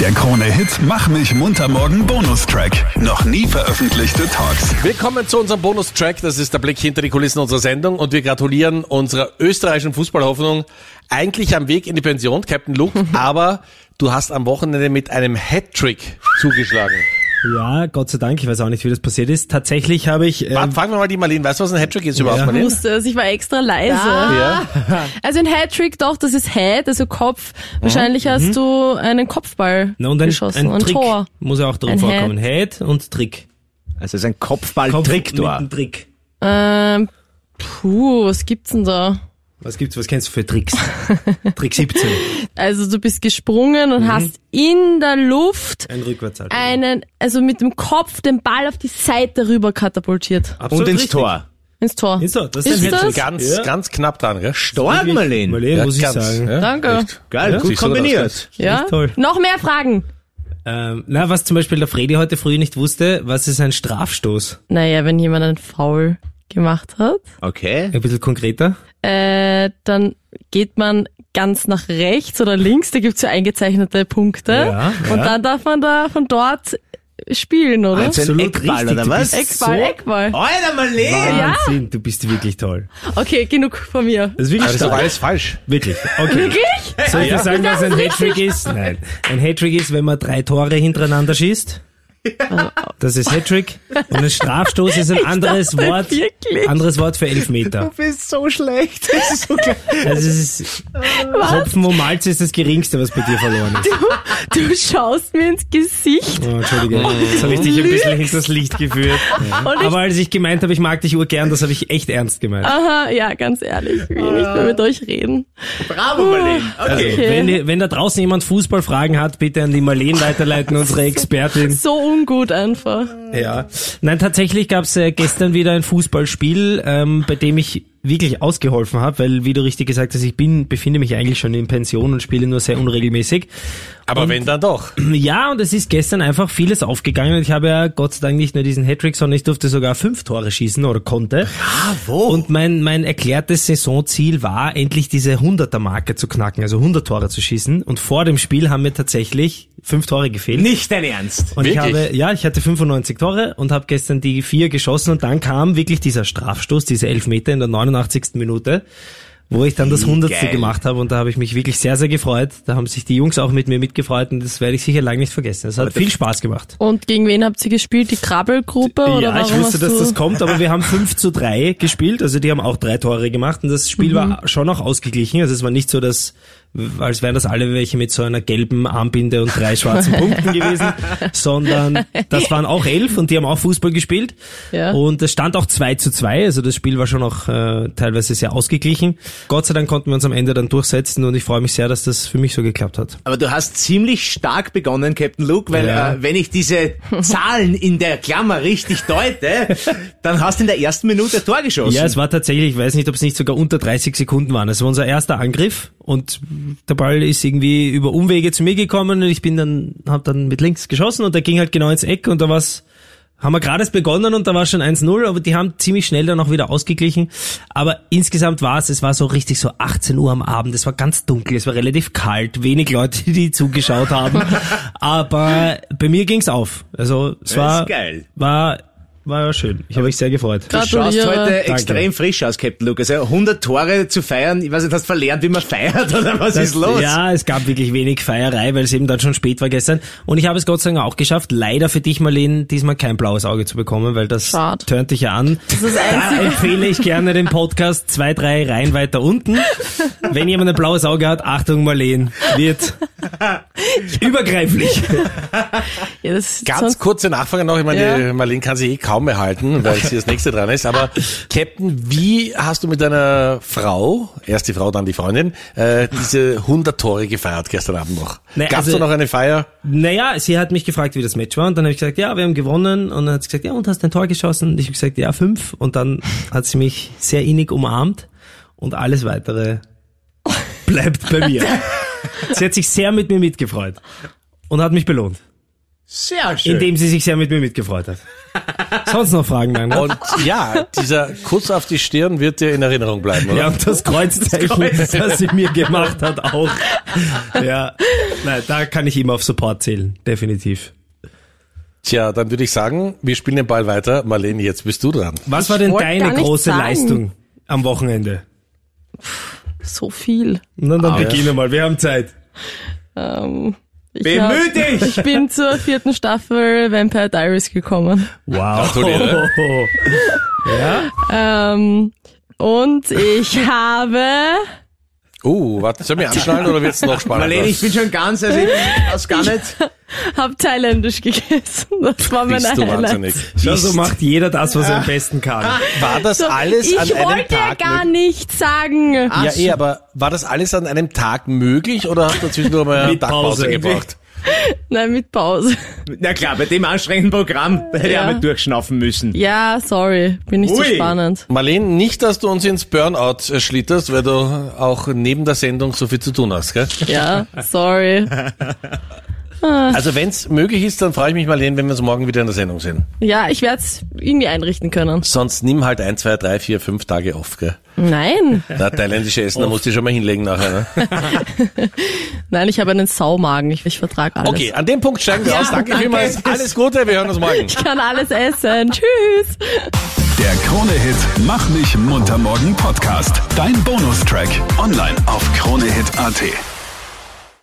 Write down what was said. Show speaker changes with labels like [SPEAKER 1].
[SPEAKER 1] Der Krone-Hit Mach mich munter morgen Bonustrack. Noch nie veröffentlichte Talks.
[SPEAKER 2] Willkommen zu unserem Bonustrack. Das ist der Blick hinter die Kulissen unserer Sendung und wir gratulieren unserer österreichischen Fußballhoffnung eigentlich am Weg in die Pension, Captain Luke, aber du hast am Wochenende mit einem Hattrick zugeschlagen.
[SPEAKER 3] Ja, Gott sei Dank, ich weiß auch nicht, wie das passiert ist. Tatsächlich habe ich.
[SPEAKER 2] Warte,
[SPEAKER 3] Ähm,
[SPEAKER 2] fragen wir mal die Marlene. Weißt du, was ein Hattrick ist überhaupt,
[SPEAKER 3] Ja.
[SPEAKER 2] Marlene?
[SPEAKER 4] wusste es, also ich war extra leise.
[SPEAKER 2] Ja.
[SPEAKER 4] Also ein Hattrick, doch, das ist Head, also Kopf. Wahrscheinlich hast du einen Kopfball
[SPEAKER 3] Mhm. na, und ein,
[SPEAKER 4] geschossen,
[SPEAKER 3] ein Trick
[SPEAKER 4] Tor.
[SPEAKER 3] muss ja auch drin
[SPEAKER 4] Ein
[SPEAKER 3] vorkommen. Head und Trick.
[SPEAKER 5] Also es ist ein Kopfballtrick
[SPEAKER 3] mit
[SPEAKER 5] da.
[SPEAKER 3] einem Trick.
[SPEAKER 4] Ähm, puh, was gibt's denn da?
[SPEAKER 3] Was gibt's, was kennst du für Tricks? Trick 17.
[SPEAKER 4] Also du bist gesprungen
[SPEAKER 3] Mhm.
[SPEAKER 4] und hast in der Luft
[SPEAKER 3] Ein Rückwärtshalter.
[SPEAKER 4] einen, also mit dem Kopf den Ball auf die Seite rüber katapultiert.
[SPEAKER 3] Absolut
[SPEAKER 5] Und ins
[SPEAKER 3] richtig.
[SPEAKER 5] Tor.
[SPEAKER 4] Ins Tor.
[SPEAKER 3] Ins Tor, das ist,
[SPEAKER 4] Ist
[SPEAKER 3] ein
[SPEAKER 4] das?
[SPEAKER 3] Hattrick.
[SPEAKER 2] Ganz,
[SPEAKER 3] Ja.
[SPEAKER 2] ganz knapp dran, gell?
[SPEAKER 5] Stark, Marlene.
[SPEAKER 3] Marlene,
[SPEAKER 2] Ja,
[SPEAKER 3] muss ich
[SPEAKER 2] ganz,
[SPEAKER 3] sagen.
[SPEAKER 2] ja.
[SPEAKER 4] Danke.
[SPEAKER 5] Geil,
[SPEAKER 2] Ja,
[SPEAKER 5] gut
[SPEAKER 2] siehst du,
[SPEAKER 5] kombiniert.
[SPEAKER 4] Ja.
[SPEAKER 3] echt toll.
[SPEAKER 4] Noch mehr Fragen?
[SPEAKER 3] Ähm, na, was zum Beispiel der Fredi heute früh nicht wusste, was ist ein Strafstoß?
[SPEAKER 4] Naja, wenn jemand einen Foul gemacht hat,
[SPEAKER 5] Okay.
[SPEAKER 3] Ein bisschen konkreter.
[SPEAKER 4] äh, dann geht man ganz nach rechts oder links, da gibt's ja eingezeichnete Punkte.
[SPEAKER 3] Ja,
[SPEAKER 4] und dann darf man da von dort spielen, oder?
[SPEAKER 5] Also ein
[SPEAKER 3] Absolut
[SPEAKER 5] Eckball
[SPEAKER 3] richtig,
[SPEAKER 5] oder
[SPEAKER 3] du
[SPEAKER 5] was?
[SPEAKER 4] Eckball, Eckball.
[SPEAKER 3] Ah.
[SPEAKER 5] Alter, Marlene.
[SPEAKER 3] Wahnsinn, du bist wirklich toll.
[SPEAKER 4] Okay, genug von mir.
[SPEAKER 3] Das ist wirklich
[SPEAKER 2] Das ist doch
[SPEAKER 3] stark.
[SPEAKER 2] Also alles falsch.
[SPEAKER 3] Wirklich. Okay.
[SPEAKER 4] Wirklich?
[SPEAKER 3] Soll ich dir sagen, was ein Hattrick ist? Nein. Ein Hattrick ist, wenn man drei Tore hintereinander schießt. Das ist Hattrick. Und ein Strafstoß ist ein anderes
[SPEAKER 4] dachte
[SPEAKER 3] Wort,
[SPEAKER 4] wirklich.
[SPEAKER 3] anderes Wort für Elfmeter.
[SPEAKER 5] bist so schlecht. Das ist so geil.
[SPEAKER 3] Also es ist, Hopfen und Malz ist das Geringste, was bei dir verloren ist.
[SPEAKER 4] Du schaust mir ins Gesicht
[SPEAKER 3] Oh, Entschuldige. Jetzt habe ich dich ein bisschen hinters Licht geführt.
[SPEAKER 4] und ich
[SPEAKER 3] Ah, Aber als ich gemeint habe, ich mag dich urgern, das habe ich echt ernst gemeint.
[SPEAKER 4] Aha, ja, ganz ehrlich, ich will nicht mehr mit euch reden.
[SPEAKER 5] Bravo, Marlene. Okay.
[SPEAKER 3] Also, Wenn, ihr- wenn da draußen jemand Fußballfragen hat, bitte an die Marlene weiterleiten, unsere Expertin.
[SPEAKER 4] So ungut einfach.
[SPEAKER 3] Ja. Nein, tatsächlich gab's äh, gestern wieder ein Fußballspiel, ähm, bei dem ich wirklich ausgeholfen habe, weil, wie du richtig gesagt hast, ich bin, befinde mich eigentlich schon in Pension und spiele nur sehr unregelmäßig.
[SPEAKER 2] Aber wenn dann doch.
[SPEAKER 3] Ja, und es ist gestern einfach vieles aufgegangen. und Ich habe ja Gott sei Dank nicht nur diesen Hattrick, sondern ich durfte sogar fünf Tore schießen oder konnte. Bravo! Und mein, mein erklärtes Saisonziel war, endlich diese 100er-Marke zu knacken, also 100 Tore zu schießen. Und vor dem Spiel haben mir tatsächlich fünf Tore gefehlt.
[SPEAKER 5] Nicht dein Ernst.
[SPEAKER 3] Und ich
[SPEAKER 2] Wirklich?
[SPEAKER 3] habe, ja, ich hatte 95 Tore und habe gestern die vier geschossen und dann kam wirklich dieser Strafstoß, diese Elfmeter in der 89. Minute, wo ich dann das 100.
[SPEAKER 5] geil.
[SPEAKER 3] gemacht habe und da habe ich mich wirklich sehr, sehr gefreut. Da haben sich die Jungs auch mit mir mitgefreut und das werde ich sicher lange nicht vergessen. Es hat viel Spaß gemacht.
[SPEAKER 4] Und gegen wen habt ihr gespielt? Die Krabbelgruppe? oder
[SPEAKER 3] ja,
[SPEAKER 4] warum
[SPEAKER 3] ich wusste,
[SPEAKER 4] hast
[SPEAKER 3] dass
[SPEAKER 4] du...
[SPEAKER 3] das kommt, aber wir haben 5 zu 3 gespielt, also die haben auch drei Tore gemacht und das
[SPEAKER 4] Mhm.
[SPEAKER 3] Spiel war schon auch ausgeglichen. Also es war nicht so, dass als wären das alle welche mit so einer gelben Armbinde und drei schwarzen Punkten gewesen, sondern das waren auch elf und die haben auch Fußball gespielt.
[SPEAKER 4] Ja.
[SPEAKER 3] Und es stand auch 2 zu 2, also das Spiel war schon auch äh, teilweise sehr ausgeglichen. Gott sei Dank konnten wir uns am Ende dann durchsetzen und ich freue mich sehr, dass das für mich so geklappt hat.
[SPEAKER 5] Aber du hast ziemlich stark begonnen, Captain Luke, weil
[SPEAKER 3] Ja.
[SPEAKER 5] äh, wenn ich diese Zahlen in der Klammer richtig deute, dann hast du in der ersten Minute ein Tor geschossen.
[SPEAKER 3] Ja, es war tatsächlich, ich weiß nicht, ob es nicht sogar unter 30 Sekunden waren. Es war unser erster Angriff und der Ball ist irgendwie über Umwege zu mir gekommen und ich bin dann, hab dann mit links geschossen und der ging halt genau ins Eck und da war's, haben wir gerade erst begonnen und da war schon 1-0, aber die haben ziemlich schnell dann auch wieder ausgeglichen. Aber insgesamt war es, es war so richtig so 18 Uhr am Abend, es war ganz dunkel, es war relativ kalt, wenig Leute, die zugeschaut haben. aber bei mir ging's auf. Also es war,
[SPEAKER 5] geil.
[SPEAKER 3] war, war schön. Ich habe mich sehr gefreut.
[SPEAKER 5] Du schaust
[SPEAKER 4] Gratuliere.
[SPEAKER 5] heute extrem frisch aus, Captain Luke. Also 100 Tore zu feiern, ich weiß nicht, hast verlernt, wie man feiert oder was
[SPEAKER 3] Das-
[SPEAKER 5] ist los?
[SPEAKER 3] Ja, es gab wirklich wenig Feierei, weil es eben dann schon spät war gestern. Und ich habe es Gott sei Dank auch geschafft, leider für dich, Marlene, diesmal kein blaues Auge zu bekommen, weil das
[SPEAKER 4] Schade.
[SPEAKER 3] turnt dich ja an.
[SPEAKER 4] Das ist das
[SPEAKER 3] Da
[SPEAKER 4] Einzige.
[SPEAKER 3] empfehle ich gerne den Podcast zwei, drei Reihen weiter unten. Wenn jemand ein blaues Auge hat, Achtung, Marlene, wird übergreiflich.
[SPEAKER 4] Ja, das
[SPEAKER 2] Ganz
[SPEAKER 4] sonst,
[SPEAKER 2] kurze Nachfrage noch. Ich meine,
[SPEAKER 4] Ja.
[SPEAKER 2] die Marlene kann sich eh kaum behalten, weil sie das nächste dran ist. Aber Captain, wie hast du mit deiner Frau, erst die Frau, dann die Freundin, äh, diese 100 Tore gefeiert gestern Abend noch?
[SPEAKER 3] Nee,
[SPEAKER 4] Ne,
[SPEAKER 2] Gab's
[SPEAKER 3] also-
[SPEAKER 2] da noch eine Feier?
[SPEAKER 3] Naja, sie hat mich gefragt, wie das Match war. Und dann habe ich gesagt, ja, wir haben gewonnen. Und dann hat sie gesagt, ja, und hast ein Tor geschossen? Und ich habe gesagt, ja, fünf. Und dann hat sie mich sehr innig umarmt. Und alles weitere bleibt bei mir. sie hat sich sehr mit mir mitgefreut. Und hat mich belohnt.
[SPEAKER 5] Sehr schön.
[SPEAKER 3] Indem sie sich sehr mit mir mitgefreut hat. Sonst noch Fragen, Mann?
[SPEAKER 2] Und ja, dieser Kuss auf die Stirn wird dir in Erinnerung bleiben, oder?
[SPEAKER 3] Ja, und das Kreuzzeichen, das, sie mir gemacht hat, auch. Ja, Nein, da kann ich immer auf Support zählen, definitiv.
[SPEAKER 2] Tja, dann würde ich sagen, wir spielen den Ball weiter. Marlene, jetzt bist du dran.
[SPEAKER 3] Was war denn
[SPEAKER 4] wollte
[SPEAKER 3] deine
[SPEAKER 4] gar nicht
[SPEAKER 3] große
[SPEAKER 4] sagen.
[SPEAKER 3] Leistung am Wochenende?
[SPEAKER 4] So viel.
[SPEAKER 3] Na, dann beginne mal, wir haben Zeit.
[SPEAKER 4] Ähm, ich
[SPEAKER 5] Bemühe dich!
[SPEAKER 4] Ich bin zur vierten Staffel Vampire Diaries gekommen.
[SPEAKER 3] Wow.
[SPEAKER 2] Gratuliere.
[SPEAKER 4] Ähm, und ich habe
[SPEAKER 2] Uh, warte, soll ich mich anschnallen oder wird's noch spannender?
[SPEAKER 5] Marlene, ich bin schon ganz, also ich weiß gar nicht.
[SPEAKER 4] hab thailändisch gegessen. Das war mein
[SPEAKER 2] bist du
[SPEAKER 4] Highlight.
[SPEAKER 2] wahnsinnig.
[SPEAKER 3] Schau, so macht jeder das, was er am besten kann.
[SPEAKER 2] War das
[SPEAKER 4] So,
[SPEAKER 2] alles
[SPEAKER 4] ich
[SPEAKER 2] an einem
[SPEAKER 4] wollte ja
[SPEAKER 2] Tag?
[SPEAKER 4] gar
[SPEAKER 2] möglich?
[SPEAKER 4] nichts sagen.
[SPEAKER 2] Ja, eh, aber war das alles an einem Tag möglich oder hast du zwischendurch mal eine
[SPEAKER 3] Mit Pause.
[SPEAKER 2] Dachpause gebraucht?
[SPEAKER 4] Nein, mit Pause.
[SPEAKER 5] Na klar, bei dem anstrengenden Programm da hätte ich
[SPEAKER 4] Ja.
[SPEAKER 5] einmal durchschnaufen müssen.
[SPEAKER 4] Ja, sorry. Bin nicht so
[SPEAKER 5] Ui.
[SPEAKER 4] spannend.
[SPEAKER 2] Marlene, nicht, dass du uns ins Burnout äh, schlitterst, weil du auch neben der Sendung so viel zu tun hast, gell?
[SPEAKER 4] Ja, sorry.
[SPEAKER 2] Also wenn's möglich ist, dann freue ich mich, Marlene, wenn wir uns morgen wieder in der Sendung sehen.
[SPEAKER 4] Ja, ich werde es irgendwie einrichten können.
[SPEAKER 2] Sonst nimm halt ein, zwei, drei, vier, fünf Tage off, gell?
[SPEAKER 4] Nein.
[SPEAKER 2] Na, thailändische Essen, da musst du dich schon mal hinlegen nachher, ne?
[SPEAKER 4] Nein, ich habe einen Saumagen. Ich, ich vertrage alles.
[SPEAKER 2] Okay, an dem Punkt steigen wir aus. Danke,
[SPEAKER 5] danke.
[SPEAKER 2] vielmals. Alles Gute, wir hören uns morgen.
[SPEAKER 4] Ich kann alles essen. Tschüss.
[SPEAKER 1] Der Krone-Hit Mach mich munter morgen Podcast. Dein Bonustrack. Online auf kronehit.at.